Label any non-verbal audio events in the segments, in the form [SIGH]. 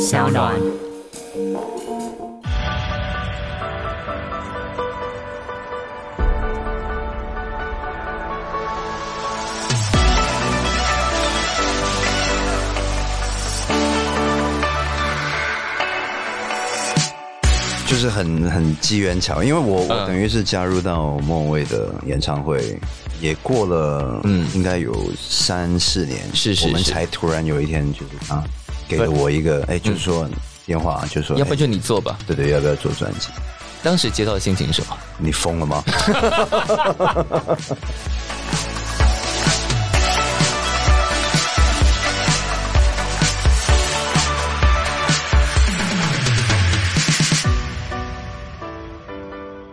小暖。就是很很机缘巧，因为我我嗯等于是加入到莫蔚的演唱会，也过了嗯嗯，应该有三四年，是是我们是才突然有一天就是啊，给了我一个哎，就是说电话，就说嗯要不哎就你做吧。对对，要不要做专辑？当时接到的心情是什么？你疯了 [LAUGHS] 吗？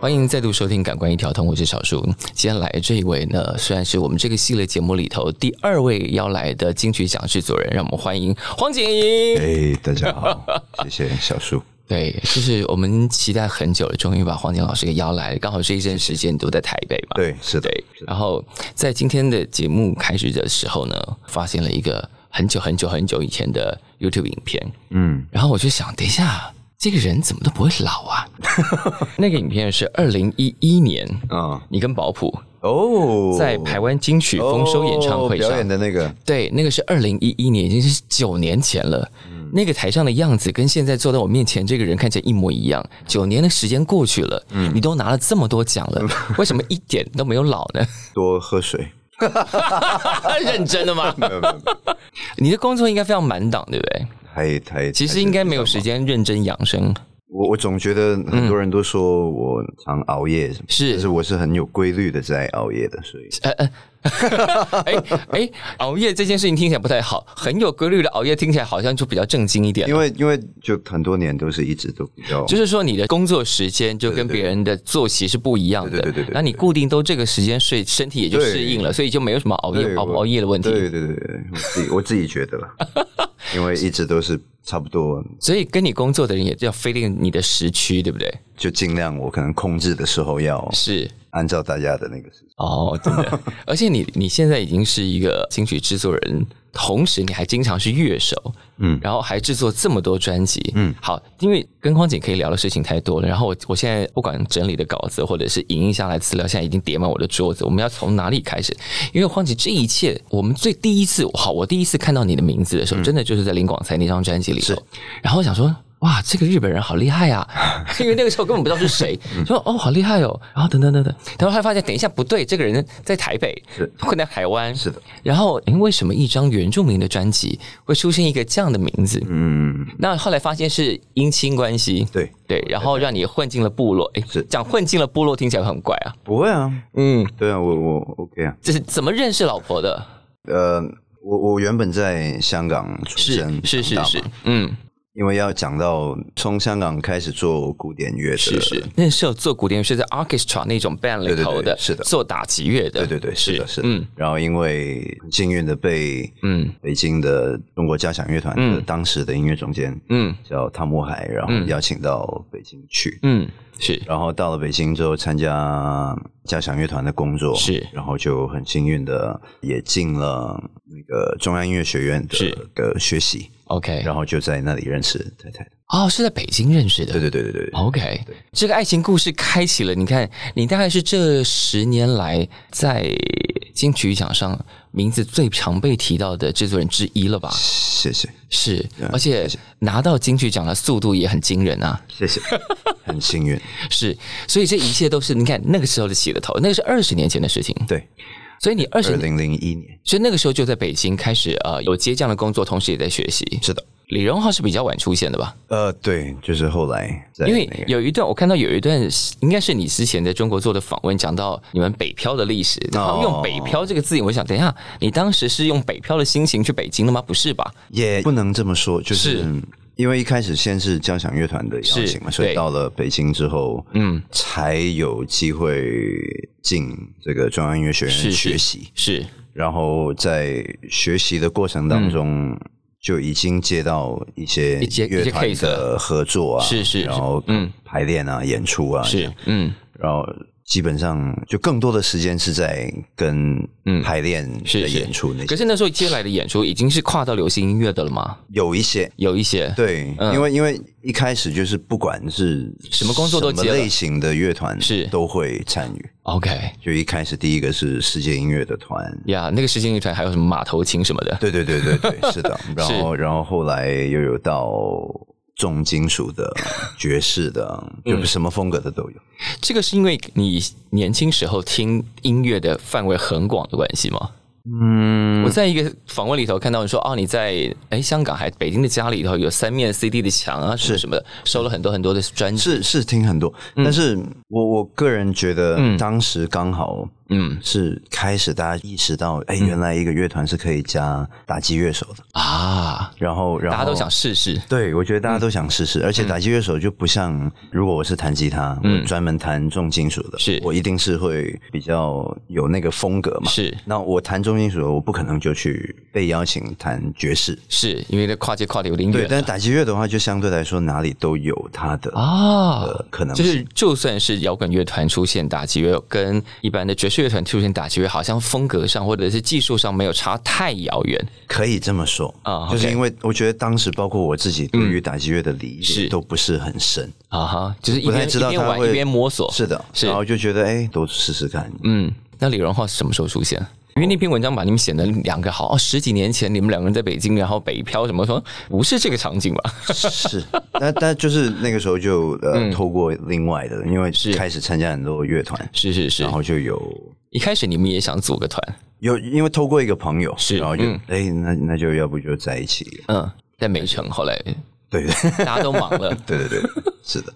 欢迎再度收听《感官一条通》，我是小树。接下来这一位呢，虽然是我们这个系列节目里头第二位要来的金曲奖制作人，让我们欢迎黄景莹。哎，大家好，谢谢小 [LAUGHS] 树。对，就是我们期待很久了，终于把黄景老师给邀来了，刚好这一阵时间你都在台北嘛。对，是的，对是，的然后在今天的节目开始的时候呢，发现了一个很久很久很久以前的 YouTube 影片，嗯，然后我就想，等一下，这个人怎么都不会老 [LAUGHS] 啊？那个影片是二零一一年，啊，你跟宝普哦，嗯在台湾金曲丰收演唱会哦上、表演的那个，对，那个是二零一一年，已经是九年前了。嗯那个台上的样子跟现在坐在我面前这个人看起来一模一样。九年的时间过去了，嗯你都拿了这么多奖了， [LAUGHS] 为什么一点都没有老呢？多喝 [LAUGHS] 水。认真的吗？没有没有，没有你的工作应该非常满档，对不对？还还其实应该没有时间认真养生。我我总觉得很多人都说我常熬夜什么，嗯是但是我是很有规律的在熬夜的，所以哎哎，熬夜这件事情听起来不太好，很有规律的熬夜听起来好像就比较正经一点。因为因为就很多年都是一直都比较就是说，你的工作时间就跟别人的作息是不一样的。对对对对对对那你固定都这个时间睡，身体也就适应了，所以就没有什么熬夜对熬我不熬夜的问对题。对对对，我自己我自己觉得 [LAUGHS] 了，因为一直都是差不多，所以跟你工作的人也要非定你的时区，对不对？就尽量我可能控制的时候要是。按照大家的那个时间。哦，[LAUGHS] 真的，而且你你现在已经是一个金曲制作人，同时你还经常是乐手，嗯，然后还制作这么多专辑，嗯，好，因为跟匡姐可以聊的事情太多了，然后我我现在不管整理的稿子或者是影印下来资料，现在已经叠满我的桌子，我们要从哪里开始？因为匡姐这一切，我们最第一次，好，我第一次看到你的名字的时候，真的就是在林广才那张专辑里头，然后我想说。哇，这个日本人好厉害啊！ [LAUGHS] 因为那个时候根本不知道是谁，说哦好厉害哦，然后等等等等，然后还发现等一下不对，这个人在台北，是混在台湾，是的。然后诶为什么一张原住民的专辑会出现一个这样的名字？嗯，那后来发现是姻亲关系，对，对，然后让你混进了部落，哎是，讲混进了部落听起来很怪啊，不会啊，嗯，对啊，我我 OK 啊，这是怎么认识老婆的？呃，我我原本在香港出生是是长是大嘛是，嗯，因为要讲到从香港开始做古典乐的，是是，那时候做古典乐是在 orchestra 那种 band 对里对头的，是的做打击乐的，对对对，是的，是的。嗯然后因为很幸运的被嗯北京的中国交响乐团的嗯当时的音乐总监嗯叫汤姆海，然后邀请到北京去。嗯，是然后到了北京之后，参加交响乐团的工作，是然后就很幸运的也进了那个中央音乐学院是哎的个学习， OK，然后就在那里认识太太。哦，是在北京认识的，对对对对对， OK，对这个爱情故事开启了。你看，你大概是这十年来在金曲奖上名字最常被提到的制作人之一了吧？谢谢是，而且拿到金曲奖的速度也很惊人啊！谢谢， [LAUGHS] 很幸运。是，所以这一切都是你看那个时候的起了头，那个是二十年前的事情。对，所以你二二十年，零零一年所以那个时候就在北京开始呃有接这样的工作，同时也在学习。是的。李荣浩是比较晚出现的吧？呃，对，就是后来在、那因个，为有一段我看到有一段是应该是你之前在中国做的访问，讲到你们北漂的历史，哦然后用“北漂”这个字眼，我想等一下，你当时是用北漂的心情去北京的吗？不是吧？也不能这么说，就是是因为一开始先是交响乐团的邀请嘛，是所以对到了北京之后，嗯，才有机会进这个中央音乐学是院是学习，是然后在学习的过程当中。就已经接到一些嗯一些乐团一些 case 的合作啊，是是是然后嗯排练啊、演出啊，是，嗯，然后基本上就更多的时间是在跟嗯排练是的是演出那些，可是那时候接下来的演出已经是跨到流行音乐的了吗？有一些有一些，对，嗯因为因为一开始就是不管是什么工作都什么接了类型的乐团是都会参与。 ，OK，就一开始第一个是世界音乐的团，呀、那个时间乐团还有什么马头琴什么的，对对对对 [LAUGHS] 对，是的。然后然后后来又有到重金属的、爵士的，嗯就什么风格的都有。这个是因为你年轻时候听音乐的范围很广的关系吗？嗯，我在一个访问里头看到你说，哦，你在哎香港还北京的家里头有三面 CD 的墙啊，什么什么的，收了很多很多的专辑，是是听很多，但是我我个人觉嗯得当时刚好。嗯是开始大家意识到，哎，原来一个乐团是可以加打击乐手的，啊，然后，然后大家都想试试，对，我觉得大家都想试试，而且打击乐手就不像，如果我是弹吉他，嗯我专门弹重金属的，是我一定是会比较有那个风格嘛。是那我弹重金属的，我不可能就去被邀请弹爵士，是因为这跨界跨的有点对。远但是打击乐的话，就相对来说哪里都有它的啊。呃可能就性，是，就算是摇滚乐团出现打击乐，跟一般的爵士乐团出现打击乐，好像风格上或者是技术上没有差太遥远可以这么说啊就是 OK 嗯因为我觉得当时包括我自己对于打击乐的理是解都不是很深，啊哈。就是一不太边知道一边它玩会一边摸索，是的，是然后就觉得哎，都试试 [LAUGHS] 看，嗯，那李荣浩是什么时候出现？因为那篇文章把你们显得两个好哦，十几年前你们两个人在北京，然后北漂什么说不是这个场景吧？是，那但就是那个时候就呃，透过另外的，因为是开始参加很多乐团，是是是然，后就有一开始你们也想组个团，有，因为透过一个朋友，是然后就嗯哎、那那就要不就在一起，嗯，在美城后 [LAUGHS] 来对 [LAUGHS] 对大家都忙 [LAUGHS] 了，对对对，是的，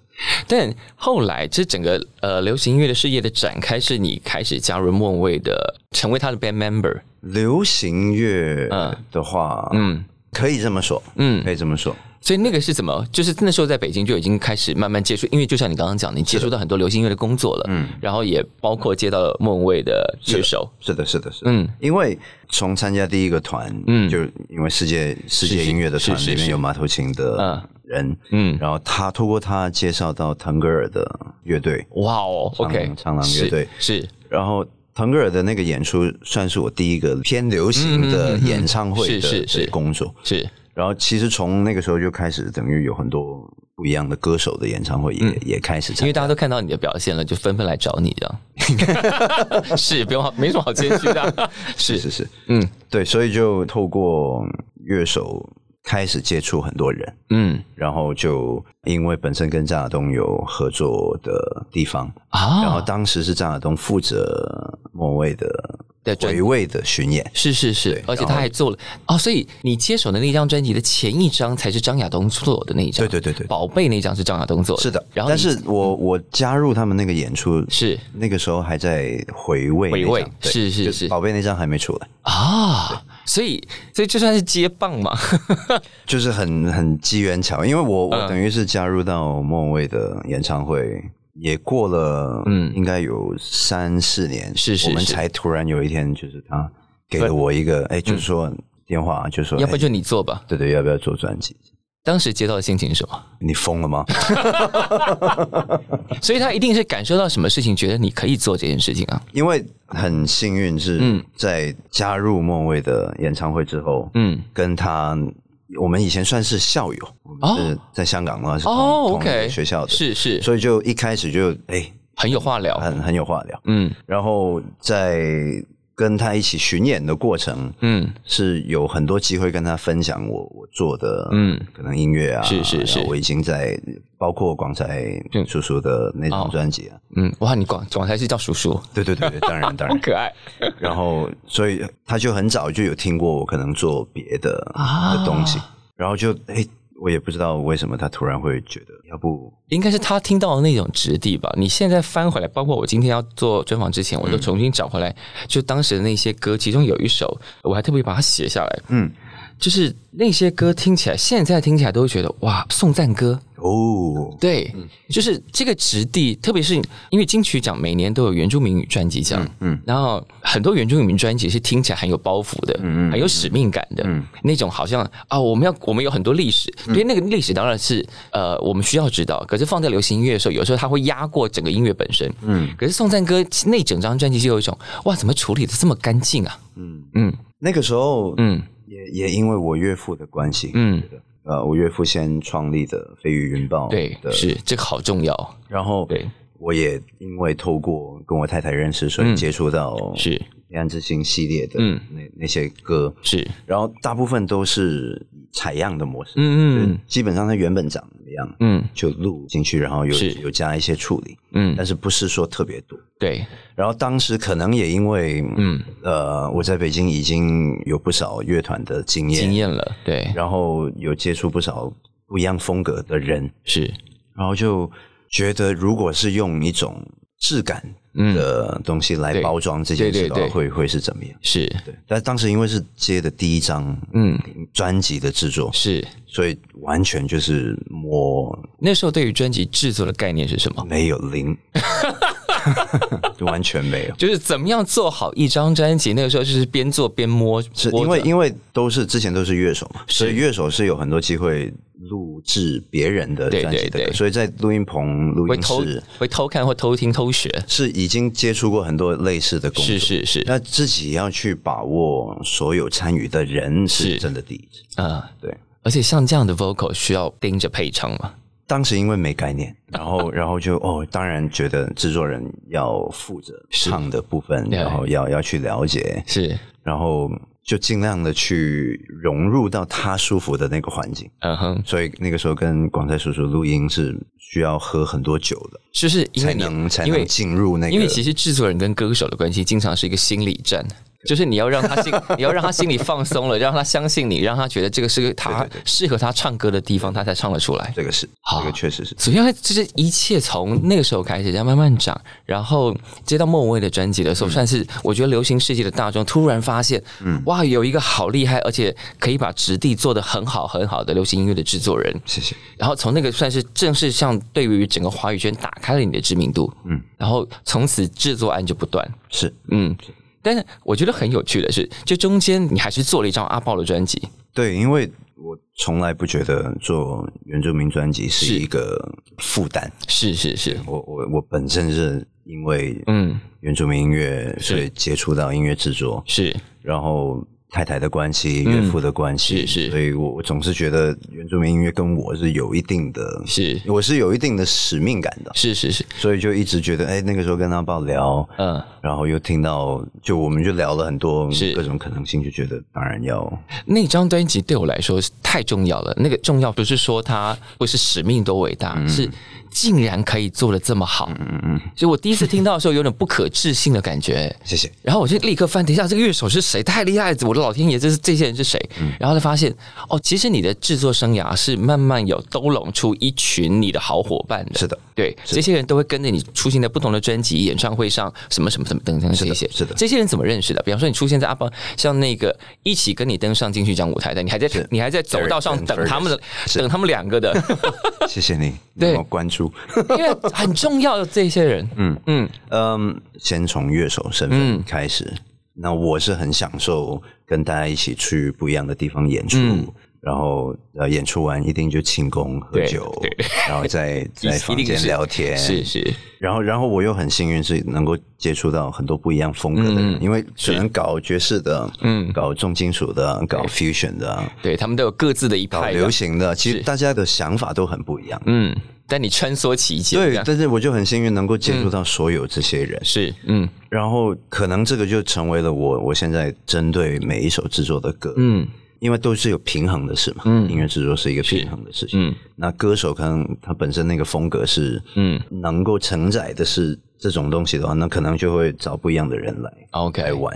但后来这整个呃流行音乐的事业的展开，是你开始加入莫文蔚的，成为他的 band member，流行乐嗯的话，嗯可以这么说，嗯，可以这么说，所以那个是怎么？就是那时候在北京就已经开始慢慢接触，因为就像你刚刚讲，你接触到很多流行音乐的工作了，嗯，然后也包括接到了莫文蔚的乐手，是的，是的，是的。嗯，因为从参加第一个团，嗯就因为世界世界音乐的团是是里面是有马头琴的人，嗯然后他透过他介绍到腾格尔的乐队，哇哦长，OK，长廊是乐队是然后腾格尔的那个演出算是我第一个偏流行嗯的演唱会是是的是的工作。是，然后其实从那个时候就开始，等于有很多不一样的歌手的演唱会也、嗯也开始因参为加。大家都看到你的表现了，就纷纷来找你这 [LAUGHS] 样，是不用好没什么好谦虚的，是是是是，嗯对，所以就透过乐手开始接触很多人，嗯然后就因为本身跟张亚东有合作的地方，然后啊，当时是张亚东负责末位的的专回味的巡演，是是是对，而且他然后还做了哦，所以你接手的那张专辑的前一张才是张亚东做的那一张，对对对对宝贝那张是张亚东做的，是的，然后但你是我我加入他们那个演出，是那个时候还在回味那张，回味对是是就是宝贝那张还没出来，啊，所以所以就算是接棒嘛，就是很很机缘巧，因为我我嗯等于是加入到莫文蔚的演唱会。也过了，嗯嗯，应该有三四年，是是我们是嗯才突然有一天，就是他给了我一个，哎、就是说电话，就说， [LAUGHS] 要不哎然就你做吧。对对，要不要做专辑？当时接到的心情是什么？你疯了吗？所以他一定是感受到什么事情，觉得你可以做这件事情啊。因为很幸运嗯是在加入莫文蔚的演唱会之后，嗯，跟他，我们以前算是校友，我们是在香港的话是同、哦同一个，OK，学校的，是哦是，所以就一开始就哎、很有话聊。很很有话聊。嗯然后在跟他一起巡演的过程，嗯，是有很多机会跟他分享我我做的，嗯嗯，可能音乐啊，是是是然后我已经在包括广才嗯叔叔的那哦张专辑啊，嗯，哇，你广广才是叫叔叔，好对对对对，当然当然，可爱然后所以他就很早就有听过我可能做别的啊的东西，然后就哎，我也不知道为什么他突然会觉得，要不应该是他听到的那种质地吧。你现在翻回来，包括我今天要做专访之前，我就重新找回来，就当时的那些歌，其中有一首我还特别把它写下来，嗯，就是那些歌听起来，现在听起来都会觉得哇，颂赞歌，哦，对，就是这个质地，特别是因为金曲奖每年都有原住民语专辑奖，嗯，嗯然后很多原住民专辑是听起来很有包袱的，很有使命感的，那种好像啊，我们要我们有很多历史，因为那个历史当然是呃我们需要知道，可是放在流行音乐的时候，有时候它会压过整个音乐本身，嗯，可是宋赞歌那整张专辑就有一种哇，怎么处理的这么干净啊？嗯那个时候，嗯嗯，也也因为我岳父的关系，嗯嗯，呃，我岳父先创立的飞鱼云豹，对，的，是这个好重要，然后对，我也因为透过跟我太太认识，所以接触到嗯是《黑暗之星》系列的嗯那、那些歌，是，然后大部分都是以采样的模式，嗯嗯嗯嗯，基本上它原本长的样，嗯就录进去，然后有是有加一些处理，嗯，但是不是说特别多。对，然后当时可能也因为，嗯，呃，我在北京已经有不少乐团的经验，惊艳了，对，然后有接触不少不一样风格的人，是，然后就觉得如果是用一种质感的东西来嗯对包装这件事的对话，对对会会是怎么样？是，对，但当时因为是接的第一张嗯，专辑的制作，是。所以完全就是摸那时候对于专辑制作的概念是什么？没有 [LAUGHS] 零，完全没有。就是怎么样做好一张专辑？那个时候就是边做边摸，是摸因着为因为都是之前都是乐手嘛，是所以乐手是有很多机会录制别人的对专辑的歌，对对所以在录音棚、录会音偷室会偷看或偷听偷学，是已经接触过很多类似的工作，是是是，那自己要去把握所有参与的人是是真的第一次。嗯，对，而且像这样的 vocal 需要盯着配唱嘛，当时因为没概念，然 [LAUGHS] 后然后就哦，当然觉得制作人要负责唱的部分，对然后要要去了解，是，然后就尽量的去融入到他舒服的那个环境。嗯哼，所以那个时候跟广泰叔叔录音是需要喝很多酒的，就是因为才你能才因为能进入那个。因为其实制作人跟歌手的关系经常是一个心理战，就是你要让他心，你要让他心里放松了，让他相信你，让他觉得这个是个他适合他唱歌的地方，他才唱得出来。这个是，好这个确实是。所以，就是一切从那个时候开始，这样慢慢长，然后接到莫文蔚的专辑的时候，算是我觉得流行世界的大众突然发现，哇，有一个好厉害，而且可以把质地做得很好很好的流行音乐的制作人，谢谢。然后从那个算是正式上对于整个华语圈打开了你的知名度，嗯，然后从此制作案就不断，是嗯，但是我觉得很有趣的是，这中间你还是做了一张阿豹的专辑，对，因为我从来不觉得做原住民专辑是是一个负担。是是是，我我我本身是因为嗯，原住民音乐，所以接触到音乐制作，是然后太太的关系、岳父的关系，嗯是是所以我我总是觉得原住民音乐跟我是有一定的，是我是有一定的使命感的。是是是，所以就一直觉得，哎、那个时候跟阿豹聊，嗯。然后又听到，就我们就聊了很多是各种可能性，就觉得当然要那张专辑对我来说是太重要了。那个重要不是说它不是使命多伟嗯大，是竟然可以做的这么好。嗯嗯。所以我第一次听到的时候有点不可置信的感 [LAUGHS] 觉。谢谢。然后我就立刻翻，等一下这个乐手是谁？太厉害了！我的老天爷，这是这些人是谁？嗯然后才发现，哦，其实你的制作生涯是慢慢有兜拢出一群你的好伙伴的。是的，对，这些人都会跟着你出现在不同的专辑、演唱会上，什么什么什么等等这些。是的这些人怎么认识的？比方说你出现在阿邦，像那个一起跟你登上金曲奖舞台的，你还在你还在走道上 Derek and 等他们的，等他们两 [LAUGHS] 个的，谢谢你， [LAUGHS] 对那么关注。因为很重要的这些人。嗯嗯，嗯，先从乐手身份开始。那我是很享受跟大家一起去不一样的地方演出，嗯然后呃演出完一定就庆功喝对酒对，然后 [LAUGHS] 在在一房定间是聊天，是是然后，然后我又很幸运是能够接触到很多不一样风格的人，嗯因为只能搞爵士的，嗯，搞重金属的，搞 fusion 的，对他们都有各自的一搞派的流行的，其是实大家的想法都很不一样。嗯，但你穿梭其间，这对，样嗯但是我就很幸运能够接触到所有这些人，是嗯然后可能这个就成为了我我现在针对每一首制作的歌，嗯因为都是有平衡的事嘛，音乐制作是一个平衡的事情。嗯那歌手可能他本身那个风格是，嗯，能够承载的是这种东西的话，那可能就会找不一样的人来，OK 来。玩。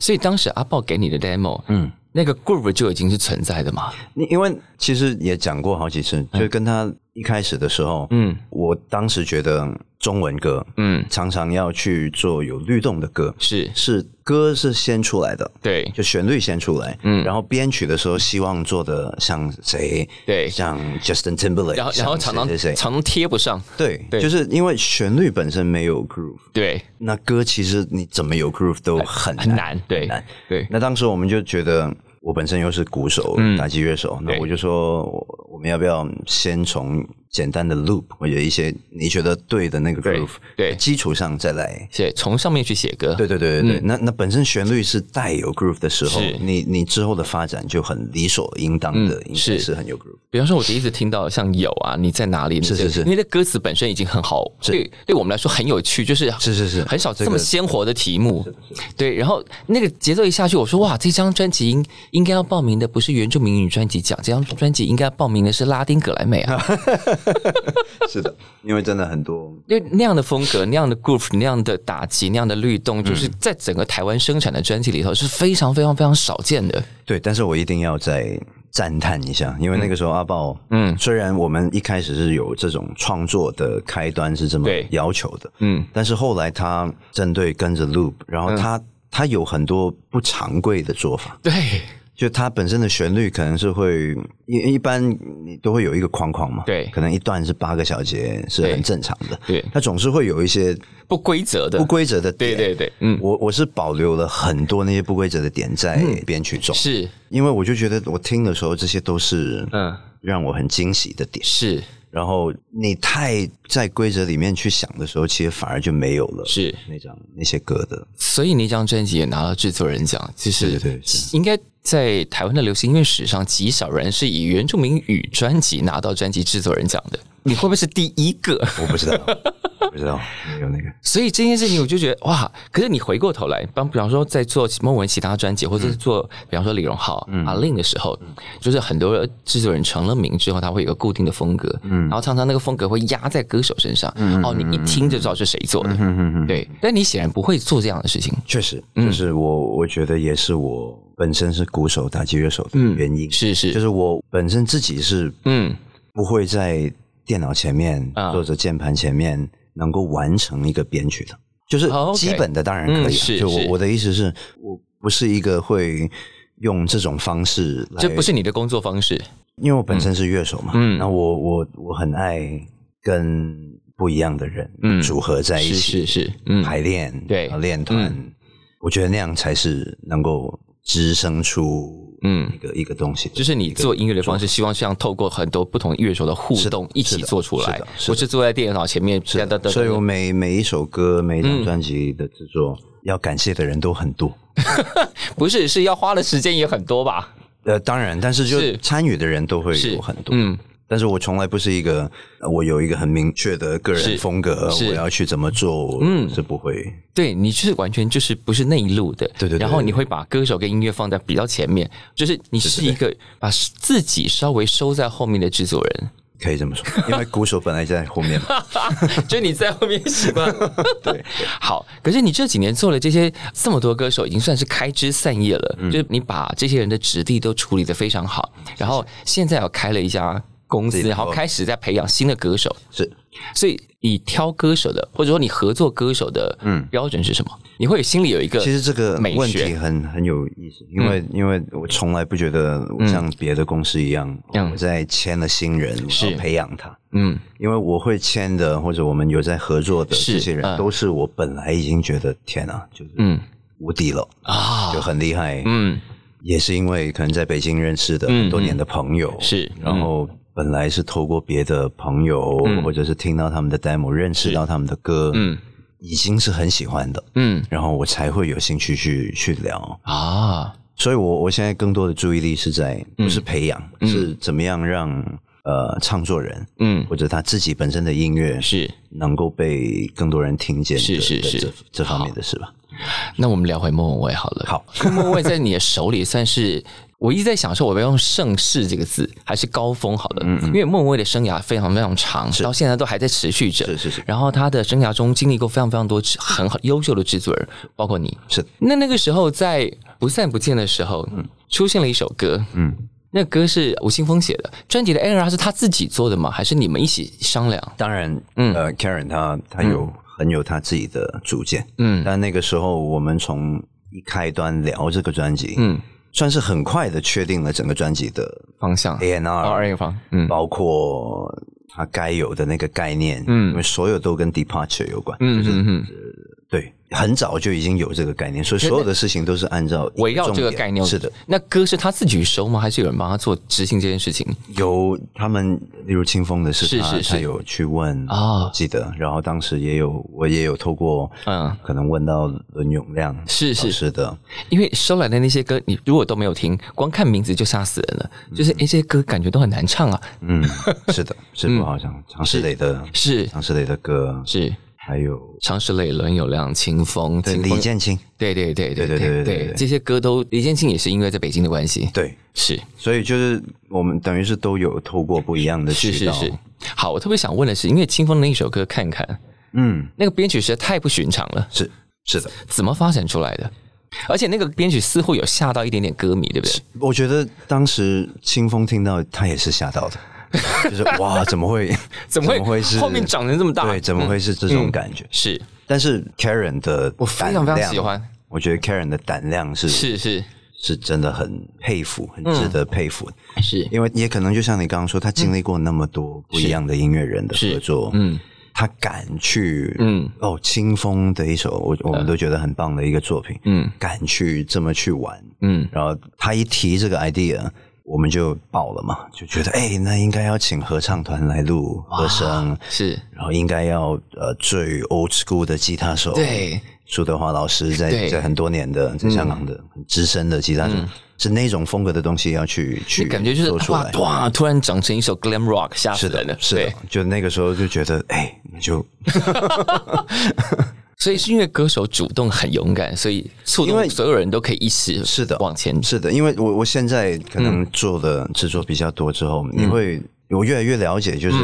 所以当时阿豹给你的 demo，哎嗯嗯，那个 groove 就已经是存在的嘛。因因为其实也讲过好几次，就跟他一开始的时候，嗯我当时觉得中文歌，嗯，常常要去做有律动的歌，是是歌是先出来的，对就旋律先出来，嗯然后编曲的时候希望做的像谁，对像 Justin Timberlake，然后然后常常像谁谁谁，常常贴不上，对，对就是因为旋律本身没有 groove，对，那歌其实你怎么有 groove 都很很难，对难对那当时我们就觉得，我本身又是鼓手、打击乐手，那嗯对我就说，我我们要不要先从简单的 loop 或者一些你觉得对的那个对 groove 对的基础上再来。写从上面去写歌，对对对对对，那那本身旋律是带有 groove 的时候嗯是，嗯你你之后的发展就很理所应当的，应该是是很有 groove。比方说，我第一次听到像有啊，你在哪里？是是你在是因为那歌词本身已经很好，对，对我们来说很有趣，就是是是是很少这个这么鲜活的题目，对。然后那个节奏一下去，我说哇，这张专辑应应该要报名的不是原住民语专辑奖，这张专辑应该报名的是拉丁格莱美 [LAUGHS] 啊，是的，因为真的很多因为那样的风格、那样的 groove、那样的打击、那样的律嗯动，就是在整个台湾生产的专辑里头是非常非常非常少见的。对，但是我一定要再赞叹一下，因为那个时候阿豹，嗯，虽然我们一开始是有这种创作的开端是这么对要求的，嗯，但是后来他针对跟着 Loop，然后他、他有很多不常规的做法，对，就它本身的旋律可能是会一一般你都会有一个框框嘛，对可能一段是八个小节是对很正常的，对它总是会有一些不规则的不，规则的对点，对对，嗯，我我是保留了很多那些不规则的点在编曲中，是，因为我就觉得我听的时候，这些都是嗯，让我很惊喜的点。是然后你太在规则里面去想的时候，其实反而就没有了是。那张那些歌的。所以那张专辑也拿了制作人奖，其实对对对是应该在台湾的流行音乐史上，极少人是以原住民语专辑拿到专辑制作人奖的。你会不会是第一个？ [LAUGHS] 我不知道，我不知道没有那个。所以这件事情，我就觉得哇！可是你回过头来，帮比方说在做莫文其他专辑，或者是做、比方说李荣浩、嗯阿令的时候，就是很多制作人成了名之后，他会有个固定的风格，嗯然后常常那个风格会压在歌手身上，哦，你一听嗯就知道是谁做的，对。但你显然不会做这样的事情，确实，嗯就是我我觉得也是我本身是鼓手、打击乐手嗯的原因，是，就是是我本身自己是嗯，不会在电脑前面啊坐着键盘前面能够完成一个编曲的，就是哦，OK 基本的当然可以、啊嗯是就我是我的意思是，我不是一个会用这种方式来，这不是你的工作方式，因为我本身是乐手嘛，嗯那我我我很爱跟不一样的人嗯组合在一是起，是是，嗯，排练，对嗯然后练团，我觉得那样才是能够滋生出嗯一个、一个东西的，就是你做音乐的方式，希望像透过很多不同乐手的互是的动一起是的做出来是的，是的不是坐在电脑前面，是的，所以我每每一首歌、每一张专辑的制作，要感谢的人都很多。不是是要花的时间也很多吧？呃，当然，但是就是参与的人都会是有很多。嗯，但是我从来不是一个，呃我有一个很明确的个人是风格，是我要去怎么做，嗯，是不会。对，你就是完全就是不是那一路的，对对对然后你会把歌手跟音乐放在比较前面，就是你是一个把自己稍微收在后面的制作人，可以这么说，因为鼓手本来就在后面嘛， [LAUGHS] 就你在后面习 [LAUGHS] 惯。对，好，可是你这几年做了这些这么多歌手，已经算是开枝散叶了，就是你把这些人的质地都处理的非常好，然后现在又开了一家公自己司，的然后公司开始在培养新的歌手，是所以你挑歌手的，或者说你合作歌手的，嗯，标准是什么？你会有心里有一个，其实这个美学嗯问题很很有意思，因为、因为我从来不觉得我像别的公司一样，嗯我在签了新人，我是要培养他。嗯，因为我会签的，或者我们有在合作的是这些人，嗯都是我本来已经觉得天啊，就是嗯无敌了，啊就，很厉害。嗯，也是因为可能在北京认识的嗯很多年的朋友，是然后本来是透过别的朋友，嗯或者是听到他们的 demo，认识到他们的歌，嗯已经是很喜欢的，嗯然后我才会有兴趣去去聊。啊，所以我我现在更多的注意力是在不是培养，是怎么样让呃唱作人。嗯，或者他自己本身的音乐是。能够被更多人听见的，是是的是这这方面的事吧。那我们聊回莫文蔚好了。好，莫文蔚在你的手里算是。我一直在想说，我要用盛世这个字，还是高峰好了？嗯因为莫文蔚的生涯非常非常长，到现在都还在持续着。是是是然后他的生涯中经历过非常非常多很好优秀的制作人，包括你。是那那个时候在不散不见的时候，出现了一首歌，嗯，那歌是吴青峰写的，专辑的 AR 是他自己做的吗？还是你们一起商量？当然，嗯，呃，Karen 她她有、很有她自己的主见，嗯，但那个时候我们从一开端聊这个专辑，嗯，算是很快的确定了整个专辑的方向 A N 哦 R，二个方，嗯包括它该有的那个概念，嗯因为所有都跟 departure 有关，嗯就是嗯嗯，对，很早就已经有这个概念，所以所有的事情都是按照一个围绕这个重点概念是的，。那歌是他自己去收吗？还是有人帮他做执行这件事情？有他们，例如清风的是是他，是是他有去问啊记得，然后当时也有我也有透过，嗯嗯，可能问到伦永亮，是是是的，因为收来的那些歌，你如果都没有听，光看名字就吓死人了。就是哎诶这些歌感觉都很难唱啊。 [LAUGHS] 嗯，是的，是不好像常石磊的嗯是常石磊的歌，是，还有常石磊、伦有亮、清风、对清风李建清，对对对对对对对对对对对，这些歌都李建清也是因为在北京的关系，对，是所以就是我们等于是都有透过不一样的是渠是道，是。好，我特别想问的是，因为清风的那一首歌《看看》，嗯，那个编曲实在太不寻常了，是是的，怎么发展出来的？而且那个编曲似乎有吓到一点点歌迷，对不对？我觉得当时清风听到他也是吓到 [LAUGHS] 的。就是哇，怎么会？怎么会是后面长成这么大嗯对，怎么会是这种感觉？是但是 Karen 的我非常非常喜欢，我觉得 Karen 的胆量是是是嗯是真的很佩服，很值得佩服。是，因为也可能就像你刚刚说，他经历过那么多不一样的音乐人的是合作，嗯，他敢去，嗯呃嗯，哦，清风的一首，我我们都觉得很棒的一个作品，嗯敢去这么去玩，嗯然后他一提这个 idea，我们就爆了嘛，就觉得哎、那应该要请合唱团来录和声，是，然后应该要呃最 old school 的吉他手，对，苏德华老师在对嗯在很多年的在香港的很资深的吉他手，是那种风格的东西要去去感觉就是做出哇来。哇，突然长成一首 glam rock，吓死是人的了，，是对的，就那个时候就觉得，哎，那就所以是因为歌手主动很勇敢，所以触因动为所有人都可以一起是的往前是的，因为我我现在可能嗯做的制作比较多之后，你会我越来越了解，就是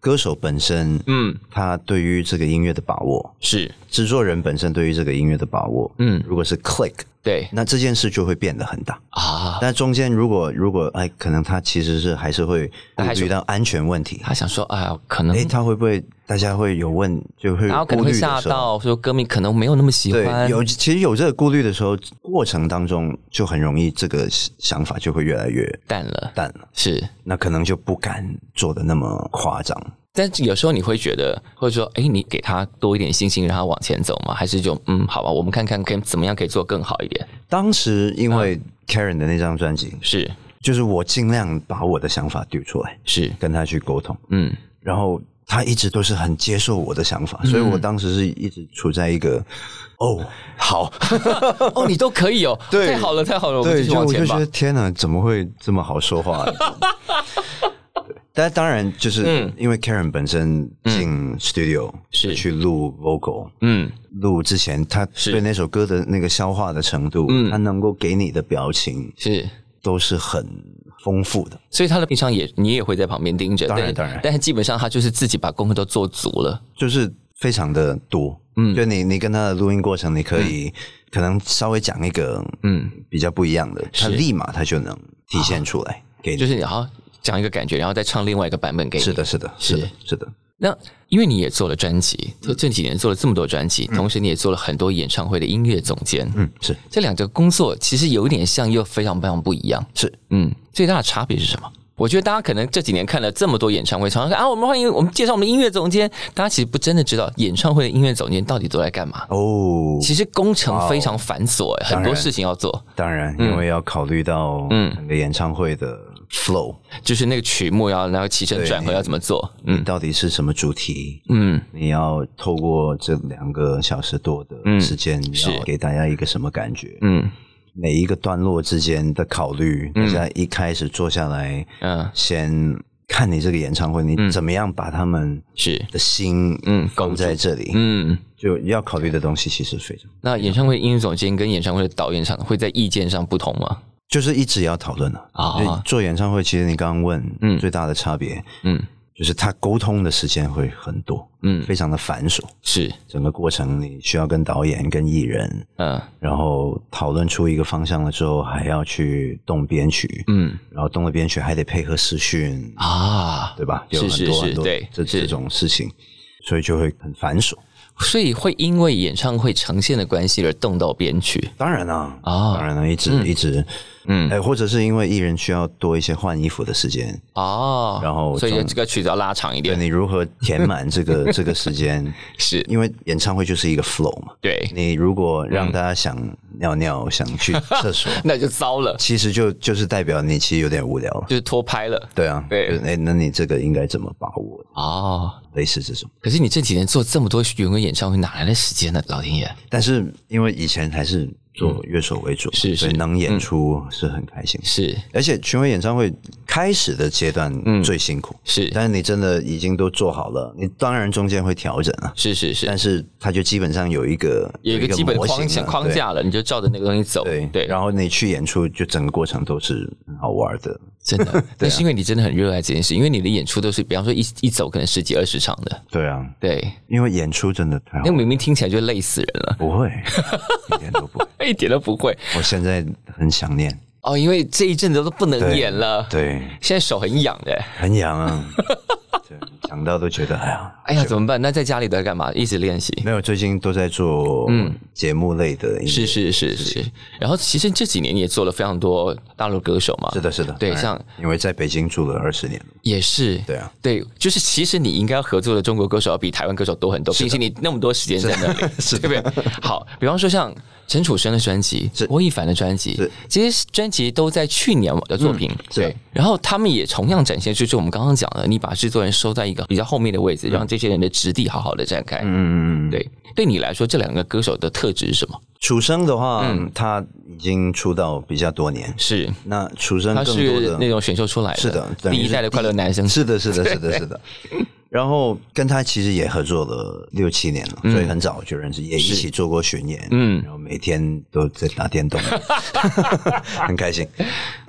歌手本身，嗯嗯，他对于这个音乐的把握，是制作人本身对于这个音乐的把握，嗯嗯，如果是 click，对那这件事就会变得很大。啊。但中间如果如果哎，可能他其实是还是会他还顾是虑到安全问题，他想说，哎呀，可能哎，他会不会大家会有问，就会然后可能顾会虑吓的时候，到，说歌迷可能没有那么喜对，欢，有其实有这个顾虑的时候，过程当中就很容易这个想法就会越来越淡了，淡了，是。那可能就不敢做的那么夸张。但是有时候你会觉得，或者说，哎，你给他多一点信心，让他往前走吗？还是就，嗯，好吧，我们看看可以怎么样可以做更好一点？当时因啊为 Karen 的那张专辑，是就是我尽量把我的想法丢出来，是，跟他去沟通，嗯，然后他一直都是很接受我的想法，所以嗯我当时是一直处在一个哦好， [LAUGHS] 哦，你都可以哦， [LAUGHS] 对太好了，太好了，我们对，继续就往我就前吧觉得。天哪，怎么会这么好说话、对 [LAUGHS] 但当然，就是嗯因为 Karen 本身进 studio、是去录 vocal，嗯，录之前他是对那首歌的那个消化的程度，嗯他能够给你的表情是。都是很丰富的。所以他的平常也你也会在旁边盯着，当然但当然但是基本上他就是自己把功课都做足了，就是非常的多。嗯，就你你跟他的录音过程，你可以可能稍微讲一个嗯嗯比较不一样的，他立马他就能体现出来给啊就你。是你好讲一个感觉，然后再唱另外一个版本给嗯你。是的，是的，是的是，是的，那因为你也做了专辑，这这几年做了这么多专辑，同时你也做了很多演唱会的音乐总监，嗯，是这两个工作其实有一点像，又非常非常不一样。是，嗯，最大的差别是什么？我觉得大家可能这几年看了这么多演唱会，常常看啊，我们欢迎我们介绍我们的音乐总监，大家其实不真的知道演唱会的音乐总监到底都在干嘛。哦。其实工程非常繁琐、很当多然事情要做，当然，嗯因为要考虑到整个演唱会的 flow，就是那个曲目要然后起承转合要怎么做。你到底是什么主题？嗯，你要透过这两个小时多的时间，你要给大家一个什么感觉？嗯每一个段落之间的考虑，大家一开始坐下来，嗯，先看你这个演唱会，你怎么样把他们是，的心嗯勾住放在这里，嗯。就要考虑的东西其实非常，那演唱会音乐总监跟演唱会的导演上会在意见上不同吗？就是一直要讨论的啊啊。所以做演唱会，其实你刚刚问，嗯，最大的差别，嗯，就是他沟通的时间会很多，嗯非常的繁琐。是，整个过程你需要跟导演、跟艺人，嗯然后讨论出一个方向了之后，还要去动编曲，嗯然后动了编曲还得配合视讯，啊，对吧？是有很是多是很多对这是这种事情，所以就会很繁琐。所以会因为演唱会呈现的关系而动到编曲当然啦，当啊然了，一直一直，嗯哎，或者是因为艺人需要多一些换衣服的时间，哦，然后所以从这个曲子要拉长一对点，你如何填满这 [LAUGHS] 个这个时间？是因为演唱会就是一个 flow 嘛，对，你如果让大家想尿嗯尿、想去厕 [LAUGHS] 所， [LAUGHS] 那就糟了，其实就就是代表你其实有点无聊了。就是脱拍了对啊，对就是哎，那你这个应该怎么把握？哦。类似这种，可是你这几年做这么多员工演唱会，哪来的时间呢？老天爷，但是因为以前还是做乐手为主，是嗯所以是能演出是很开心。是而且巡回演唱会开始的阶段嗯最辛苦，是但是你真的已经都做好了，你当然中间会调整啊，是是是但，是它就基本上有一个有一个基本模框型架了框架了，你就照着那个东西走，对对，然后你去演出，就整个过程都是很好玩的。真 [LAUGHS] 的，啊那是因为你真的很热爱这件事，因为你的演出都是，比方说一一走可能十几二十场的，对啊，对，因为演出真的太好那玩，明明听起来就累死人了，不 [LAUGHS] 会一点都不会。一点都不会我现在很想念，哦，因为这一阵子都不能演了，，对，现在手很痒的，很痒 [LAUGHS] 啊，对，想到都觉得哎呀。哎呀，怎么办？那在家里都在干嘛？一直练习。没有，最近都在做节目类的音乐，嗯是是是是，然后其实这几年你也做了非常多大陆歌手嘛，是的，是的，对当然像因为在北京住了二十年了，也是，对啊，对，就是其实你应该要合作的中国歌手要比台湾歌手多很多，平时你那么多时间在那里， [LAUGHS] 对不对？好，比方说像陈楚生的专辑、郭亦凡的专辑是，嗯这些专辑都在去年的作品，是对。然后他们也同样展现出，就我们刚刚讲的，你把制作人收在一个比较后面的位嗯置，让这些人的质地好好的展开。嗯嗯嗯。对，对你来说，这两个歌手的特质是什么？楚生的话，嗯他已经出道比较多年，是那楚生他更多是的那种选秀出来的，是的，等第于一是代的快乐男生，是的，是的，是的，是 [LAUGHS] 的。然后跟他其实也合作了六七年嗯了，所以很早就认识，也一起做过巡演，嗯，然后每天都在打电动， [LAUGHS] 很开心。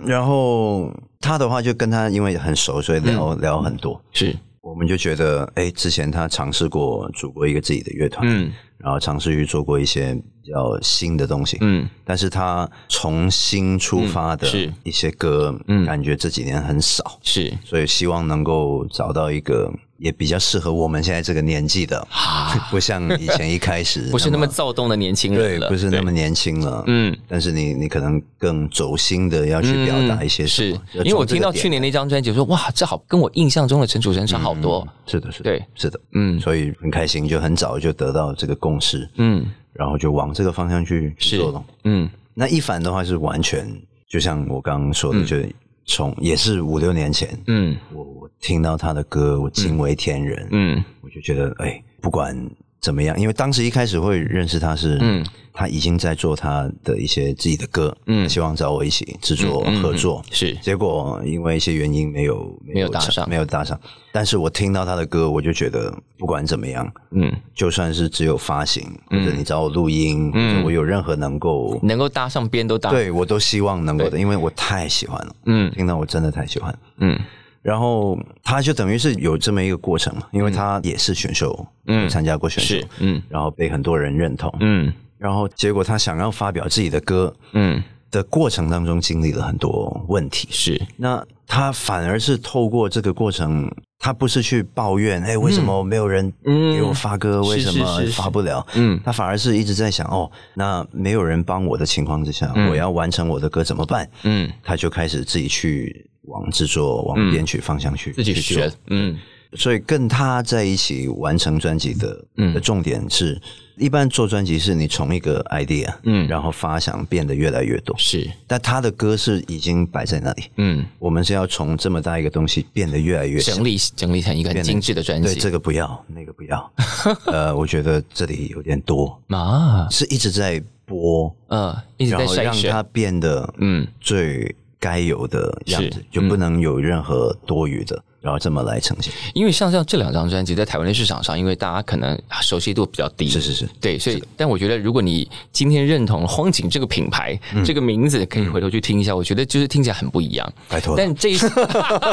然后他的话就跟他因为很熟，所以聊、嗯聊很多，是我们就觉得，哎，之前他尝试过组过一个自己的乐团，嗯然后尝试去做过一些比较新的东西，嗯，但是他从新出发的嗯是一些歌，嗯感觉这几年很少，是所以希望能够找到一个也比较适合我们现在这个年纪 [LAUGHS] 的，啊，不像以前一开始 [LAUGHS] 不是那么躁动的年轻对人，了，不是对那么年轻了，嗯。但是你你可能更走心的要去表达一些什嗯是么，要因为我从这听个到点去年那张专辑，我说哇，这好跟我印象中的陈楚生差好多。嗯是的，是的，对，是的，嗯所以很开心，就很早就得到这个共识，嗯然后就往这个方向去去做了。嗯，那一凡的话是完全，就像我刚刚说的，就是从也是五六年前，嗯我我听到他的歌，我惊为天人，嗯我就觉得哎，不管怎么样，因为当时一开始会认识他是，嗯他已经在做他的一些自己的歌，嗯希望找我一起制作、嗯嗯合作，是结果因为一些原因没有没有搭上没有搭上。但是我听到他的歌，我就觉得不管怎么样，嗯，就算是只有发行，或者你找我录音，嗯或者我有任何能够，能够搭上边都搭。，对我都希望能够的，对因为我太喜欢了，嗯听到我真的太喜欢。嗯然后他就等于是有这么一个过程嘛，因为他也是选秀，嗯有参加过选秀是，嗯然后被很多人认同，嗯然后结果他想要发表自己的歌嗯的过程当中，经历了很多问题，是那他反而是透过这个过程，他不是去抱怨，哎，为什么没有人嗯给我发歌，为什么是是发不了？嗯他反而是一直在想，哦，那没有人帮我的情况之下，我要完成我的歌怎么办？嗯他就开始自己去往制作、嗯往编曲方向去、自己去学做。嗯所以跟他在一起完成专辑的、嗯的重点是，一般做专辑是你从一个 idea，嗯然后发想变得越来越多。是但他的歌是已经摆在那里，嗯我们是要从这么大一个东西变得越来越小整理整理成一个很精致的专对辑这个不要，那个不要， [LAUGHS] 呃，我觉得这里有点多，啊是一直在播，嗯一直然在后筛让选它变得嗯最该有的样是嗯子，就不能有任何多余的。然后这么来呈现。因为像像这两张专辑在台湾的市场上，因为大家可能熟悉度比较低，是是是，对，所以但我觉得如果你今天认同了荒井这个品牌、嗯这个名字，可以回头去听一下，我觉得就是听起来很不一样。拜托了，但这一 [LAUGHS]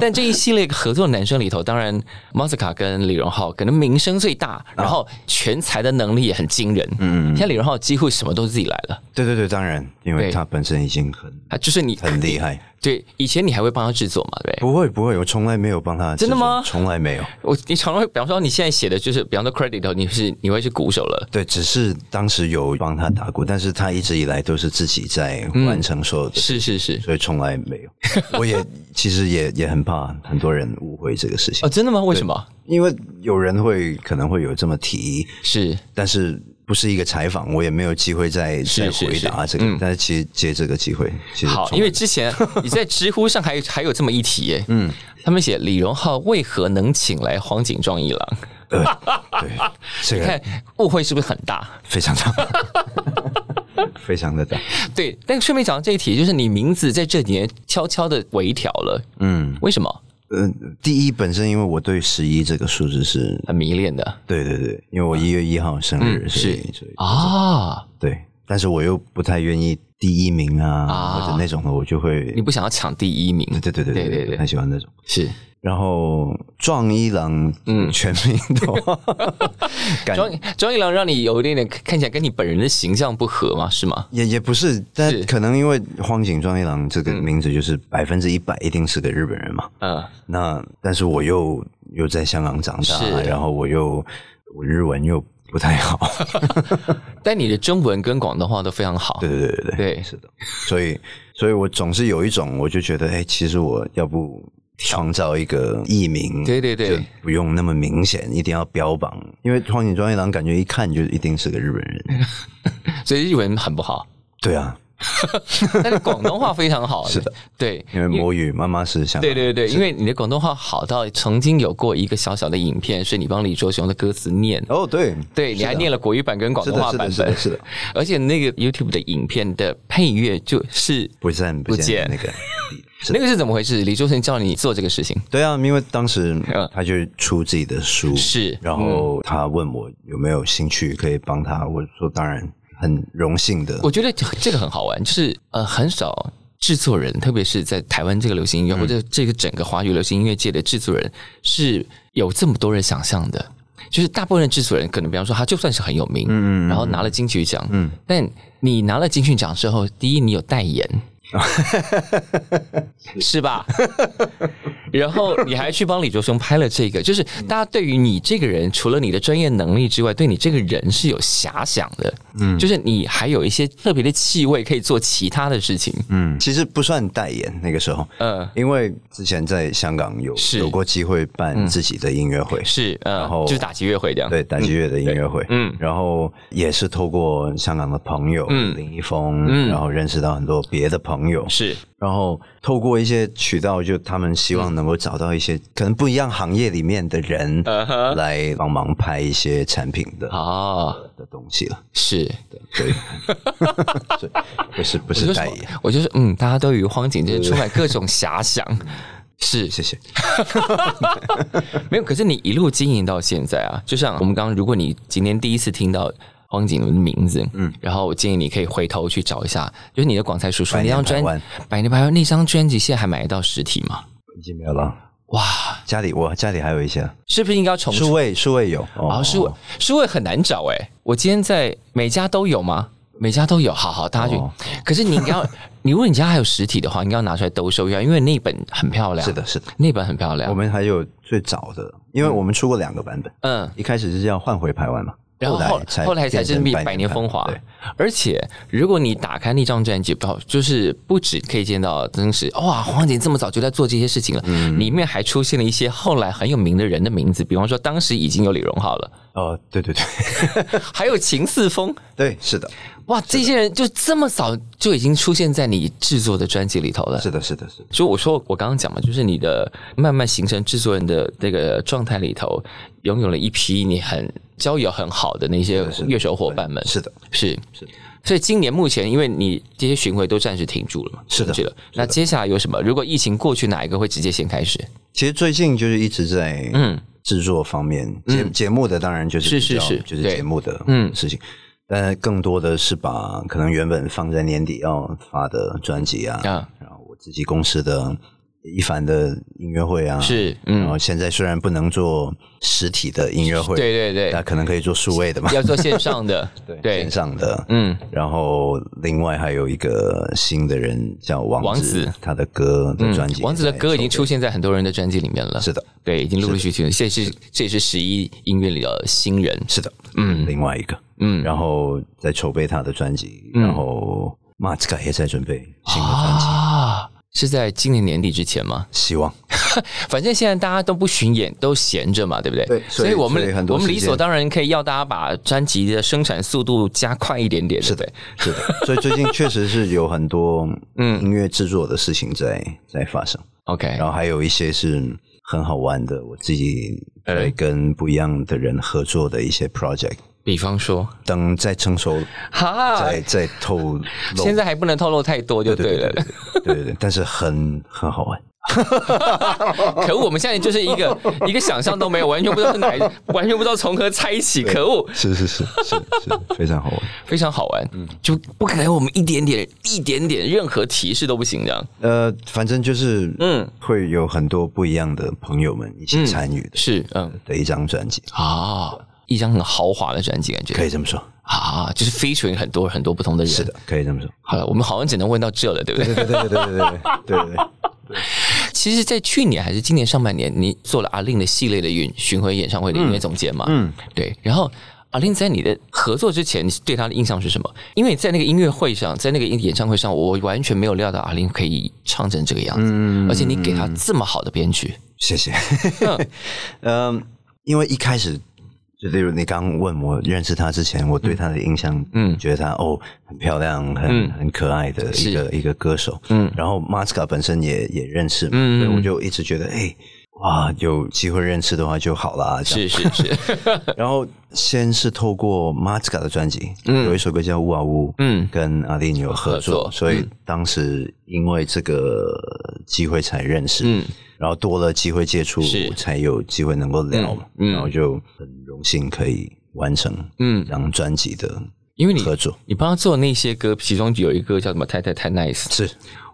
但这一系列合作的男生里头，当然 m a s k a 跟李荣浩可能名声最啊大，然后全才的能力也很惊人。嗯，现在李荣浩几乎什么都自己来了，对对对，当然，因为对他本身已经很啊，就是你很厉害。对以前你还会帮他制作嘛，对不对。不会不会，我从来没有帮他制作，真的吗从来没有。我你常常会，比方说你现在写的就是，比方说 credit 里头，你是你会是鼓手了，对，只是当时有帮他打鼓，但是他一直以来都是自己在嗯完成所有的，是是是，所以从来 [LAUGHS] 没有。我也其实也也很怕很多人误会这个事情哦，，真的吗？为什么？因为有人会可能会有这么提，是但是不是一个采访，我也没有机会再是再是嗯回答这个。但是其实借这个机会，其实好，从因为之前 [LAUGHS] 你在知乎上还有还有这么一题耶，嗯，他们写李荣浩为何能请来荒井壮一郎？对这你个看误会是不是很大？非常大，非常 [LAUGHS] 的大。 [LAUGHS] 对，但顺便讲到这一题，就是你名字在这几年悄悄的微调了，嗯，为什么？呃，第一本身因为我对十一这个数字是，很迷恋的对对对，因为我一月一号生日，啊嗯所以是所以啊，对，但是我又不太愿意第一名啊，啊或者那种的，我就会你，不想要抢第一名？对对对对对对对，对不太喜欢那种。是然后壮一郎，嗯，全名的 [LAUGHS] 话，感庄庄一郎让你有一点点看起来跟你本人的形象不合吗？是吗？也也不是，但是可能因为荒井壮一郎这个名字就是百分之一百一定是个日本人嘛。嗯，那但是我又又在香港长大是，然后我又我日文又不太好，但你的中文跟广东话都非常好。对对对对对是的，所以所以我总是有一种，我就觉得，哎、其实我要不创造一个艺名，对对对就不用那么明显，一定要标榜，因为荒井庄一郎感觉一看就一定是个日本 [LAUGHS] 人，所以日文很不好，对啊， [LAUGHS] 但是广东话非常好。是的，对，因为母语妈妈是香港对人，对对，因为你的广东话好到曾经有过一个小小的影片，是你帮李卓雄的歌词念。哦对对，你还念了国语版跟广是东的话是版的是本的， [LAUGHS] 是的，而且那个 YouTube 的影片的配乐就是不见不见见那个。那个是怎么回事？李卓雄叫你做这个事情，对啊，因为当时嗯他就出自己的书，是嗯然后他问我有没有兴趣可以帮他，我说当然，很荣幸的。我觉得这个很好玩，就是呃，很少制作人，特别是在台湾这个流行音乐、或者这个整个华语流行音乐界的制作人，是有这么多人想象的。就是大部分的制作人，可能比方说他就算是很有名，嗯然后拿了金曲奖，嗯，但你拿了金曲奖之后，第一你有代 [LAUGHS] 言，是吧？然后你还去帮李卓雄拍了这个，就是大家对于你这个人，除了你的专业能力之外，对你这个人是有遐想的，嗯，就是你还有一些特别的气味，可以做其他的事情，嗯，其实不算代言那个时候，嗯，因为之前在香港有是有过机会办自己的音乐会，是，嗯，然后就是打击乐会这样，对打击乐的音乐会，嗯然后也是透过香港的朋友，嗯林一峰，嗯然后认识到很多别的朋友，是然后透过一些渠道，就他们希望能够找到一些可能不一样行业里面的人嗯哼来帮忙拍一些产品的啊，的东西了，是，对， [LAUGHS] 所以不是不我就是代说言，，我就是，嗯，大家对于荒井就是充满各种遐想， [LAUGHS] 是谢谢。没有，可是你一路经营到现在啊，就像我们刚刚，如果你今天第一次听到荒井伦的名字，嗯，然后我建议你可以回头去找一下，就是你的广才叔叔百那年张专百万《百年百万》那张专辑，现在还买得到实体吗？已经没有了，哇，家里我家里还有一些是不是应该要重出数？位数位有哦啊，数位数位很难找哎、我今天在每家都有吗？每家都有，好好，大家去。哦可是你应该 [LAUGHS] 要，你如果你家还有实体的话，应该要拿出来兜售一下，因为那本很漂亮。是，的，是的。那本很漂亮。我们还有最早的，因为我们出过两个版本，嗯，一开始是叫换回台湾嘛，然后后才后来才是变成《百年风华对，》，而且如果你打开那张专辑，不好，就是不止可以见到真实哇，黄景这么早就在做这些事情了，嗯里面还出现了一些后来很有名的人的名字，比方说当 [LAUGHS] 时已经有李荣浩了， [LAUGHS] 哦，对对对还有秦四峰，对，是的，哇，这些人就这么早就已经出现在你制作的专辑里头了。是的，是的，是的。所以我说，我刚刚讲嘛，就是你的慢慢形成制作人的那个状态里头，拥有了一批你很交友很好的那些乐手伙伴们。是的，是是的。所以今年目前，因为你这些巡回都暂时停住了嘛，是的停止了。那接下来有什么？如果疫情过去，哪一个会直接先开始？其实最近就是一直在嗯制作方面，节节目的当然就是是比较是是就是对节目的嗯事情，但更多的是把可能原本放在年底要发的专辑啊，啊然后我自己公司的一凡的音乐会啊，是然嗯后，现在虽然不能做实体的音乐会，对对那对，可能可以做数位的嘛，要做线上的，线上的。嗯然后，另外还有一个新的人叫王子，王子他的歌的嗯专辑，王子的歌已经出现在很多人的专辑里面了。是的，对，已经陆陆续续，这是这也是十一音乐里的新人。是的，嗯，另外一个，嗯，然后在筹备他的专辑，然后马斯卡也在准备新的专辑，啊，是在今年年底之前吗？希望反正现在大家都不巡演，都闲着嘛，对不对？对所所以以我们所以很多我们时理间所当然可以要大家把专辑的生产速度加快一点点。是对不对，是的，所以最近确实是有很多嗯音乐制作的事情在在发生， ，OK，然后还有一些是很好玩的，我自己在哎跟不一样的人合作的一些 project，比方说，等再成熟哈，再再透露，哦现在还不能透露太多就对了。对对对，但是很很好玩，可恶，我们现在就是一 [LAUGHS] 个一个想象都没有，完全不知道是哪一，完全不知道从何猜起。可恶，是是 [LAUGHS] 是是是，非常好玩。非常好玩，就不给我们一点点、一点点任何提示都不行，这样呃，反正就是，嗯嗯，会有很多不一样的朋友们一起参与的、是嗯的一张专辑，啊，一张很豪华的专辑，感觉可以这么说，啊，就是 featuring 很多很多不同的人。是的，可以这么说。好了，我们好像只能问到这了，对不对？对对对对对对对对对对，其实，在去年还是今年上半年，你做了阿令的系列的巡巡回演唱会的音乐总监嘛？嗯，对。然后阿令在你的合作之前，你对他的印象是什么？因为在那个音乐会上，在那个演唱会上，我完全没有料到阿令可以唱成这个样子，而且你给他这么好的编曲，谢谢。 [LAUGHS] 嗯，因为一开始就例如你刚问我认识他之前，我对他的印象，嗯，觉得他哦很漂亮，很、嗯很可爱的一个一个歌手，嗯，然后 Maska 本身也也认识嘛，嗯所以我就一直觉得，哎、哇，有机会认识的话就好啦，这样是是是，然后先是透过 Mazka 的专辑，有一首歌叫《呜啊呜》，嗯跟阿丽有合合作，作嗯所以当时因为这个机会才认识，嗯然后多了机会接触是，才有机会能够聊嘛，嗯嗯然后就很荣幸可以完成嗯这张专辑的因为你合作，你帮他做那些歌，其中有一个叫什么“太太太 nice”，是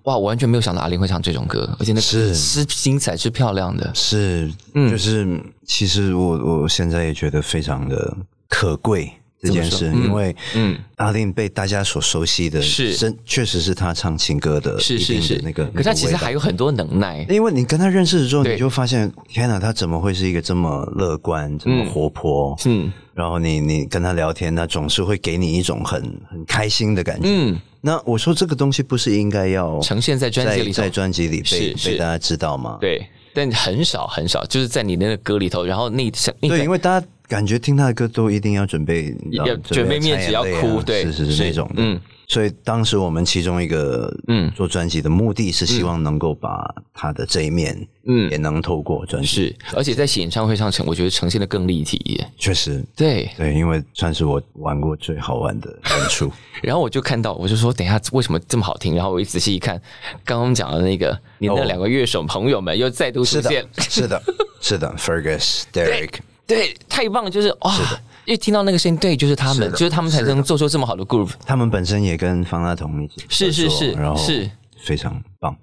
哇，我完全没有想到阿令会唱这种歌，而且那是是精彩是漂亮的，是，嗯就是其实我我现在也觉得非常的可贵。这件事，怎么说嗯因为嗯嗯，阿令被大家所熟悉的是真确实是他唱情歌的是一是定是的那个，可是他其实那个味道还有很多能耐，因为你跟他认识之后，对你就发现，天哪，他怎么会是一个这么乐观、这么活泼？嗯然后你你跟他聊天，他总是会给你一种很很开心的感觉。嗯，那我说这个东西不是应该要呈现在专辑里头哦在在专辑里被是是被大家知道吗？对，但很少很少，就是在你那个歌里头，然后那想对，那因为大家感觉听他的歌都一定要准备你知道要准备面子要擦眼泪啊要哭对是是是是那种的。嗯嗯，所以当时我们其中一个嗯嗯做专辑的目的是希望能够把他的这一面嗯嗯也能透过专辑，是，而且在演唱会上呈，我觉得呈现的更立体一点。确实对，对，因为算是我玩过最好玩的演出。然后我就看到，我就说，等一下为什么这么好听？然后我一仔细一看，刚刚讲的那个，你那哦两个乐手朋友们又再度 [LAUGHS] 出是现的，，是的，是的，Fergus、Derek，对，太棒了，就是哇，一听到那个声音，对，就是他们，就是他们才能做出这么好的 groove。他们本身也跟方大同一起是是合作是然后是非常棒。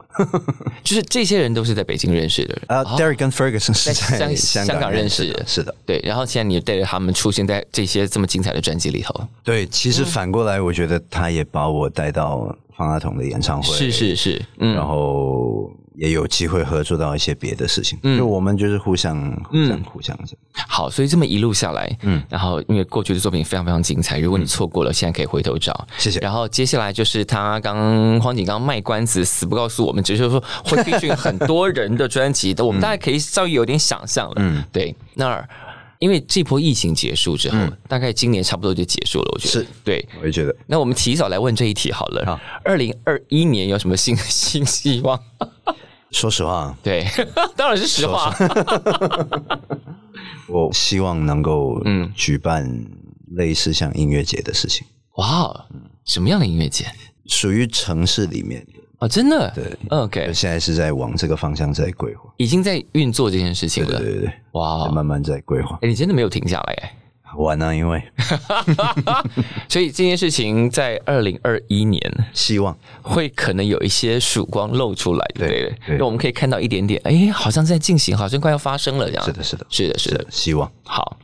就是这些人都是在北京认识的人，呃、d e r e k 跟 Ferguson 是哦在在香香港港认认识识的，是的。对。然后现在你带着他们出现在这些这么精彩的专辑里头，对，其嗯实反过来，我觉得他也把我带到方大同的演唱会，是，是是，嗯然后也有机会合作到一些别的事情，嗯就我们就是互相、互相、互相这样。好，所以这么一路下来，嗯，然后因为过去的作品非常非常精彩，如果你错过了，现在可以回头找。嗯谢谢然后接下来就是他刚黄景刚卖关子，死不告诉我们，只是说会必须很多人的专辑的，我们大概可以稍微有点想象了。嗯，对，那儿因为这波疫情结束之后，大概今年差不多就结束了，我觉嗯得是对。我也觉得那我们提早来问这一题好了好。二零二一年有什么新新 [LAUGHS] 希望？说实话，对， [LAUGHS] 当然是实话。我希望能够嗯举办类似像音乐节的事情，哇哦，什么样的音乐节属于城市里面的。哦，真的？对，OK，现在是在往这个方向在规划，已经在运作这件事情对了。对对对，哇哦，慢慢在规划哎，你真的没有停下来哎。玩啊，因为 [LAUGHS] 所以这件事情在二零二一年希望会可能有一些曙光露出来，对不对对？对那我们可以看到一点点，哎，好像在进行，好像快要发生了这样。是的，是的，是啊的，是的。希望好，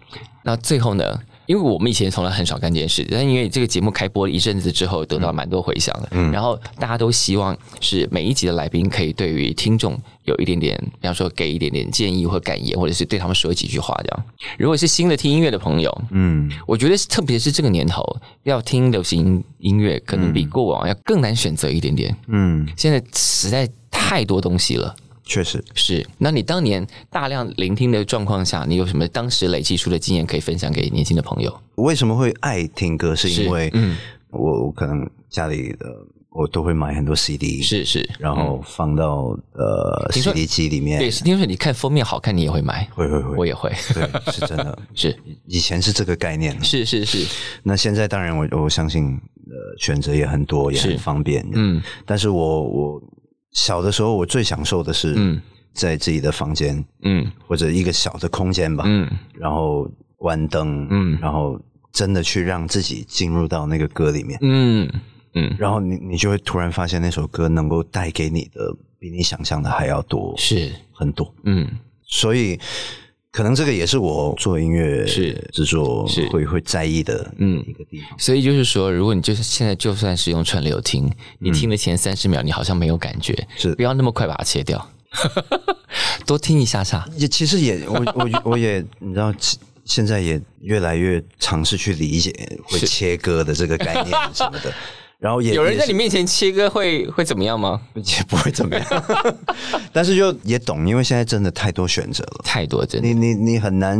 那最后呢？因为我们以前从来很少干这件事，但因为这个节目开播一阵子之后，得到蛮多回响的。嗯然后大家都希望是每一集的来宾可以对于听众有一点点，比方说给一点点建议或感言，或者是对他们说几句话这样。如果是新的听音乐的朋友，嗯，我觉得是特别是这个年头，要听流行音乐可能比过往要更难选择一点点。嗯，现在实在太多东西了。确实，是，那你当年大量聆听的状况下，你有什么当时累积出的经验可以分享给年轻的朋友？为什么会爱听歌，是是因为嗯我我可能家里的我都会买很多 CD，，是是，然后放到呃听说 CD 机里面对，，听说你看封面好看，你也会买，会会我会，也会，对，是真的， [LAUGHS] [LAUGHS] 是以前是这个概念，是是是，那现在当然我，我相信，呃，选择也很多，也是很方便。嗯，但是我我小的时候，我最享受的是，嗯在自己的房间嗯或者一个小的空间吧，嗯，然后关灯，嗯然后真的去让自己进入到那个歌里面，嗯嗯，然后你你就会突然发现那首歌能够带给你的比你想象的还要多是，很多，嗯所以。可能这个也是我做音乐是制作是会会在意的嗯一个地方，所以就是说，如果你就是现在就算是用串流听，你听的前三十秒你好像没有感觉，嗯是不要那么快把它切 [LAUGHS] 掉，多听一下下，也其实也我我我也你知道，其现在也越来越尝试去理解会是切割的这个概念什么 [LAUGHS] 的，然后也有人在也你面前切割会会怎么样吗？是也不会怎么样， [LAUGHS] 但是就也懂，因为现在真的太多选择了，太多真的你你你很难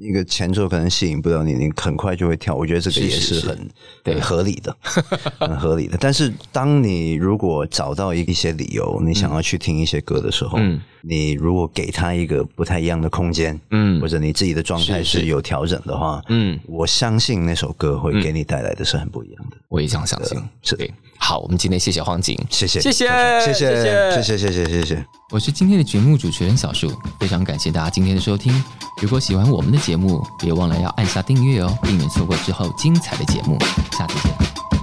一个前奏可能吸引不了你，你很快就会跳，我觉得这个是也是是是很对很合理 [LAUGHS] 的，很合理的。但是当你如果找到一一些理由，你想要去听一些歌的时候，嗯你如果给他一个不太一样的空间，嗯或者你自己的状态是是是嗯有调整的话，嗯。我相信那首歌会给你带来的是很不一样的。我也这样相信。是的对，好，我们今天谢谢黄景，谢谢，谢谢谢谢，谢谢谢，谢谢，谢谢。我是今天的节目主持人小树，非常感谢大家今天的收听。如果喜欢我们的节目，别忘了要按下订阅哦，避免错过之后精彩的节目。下次见。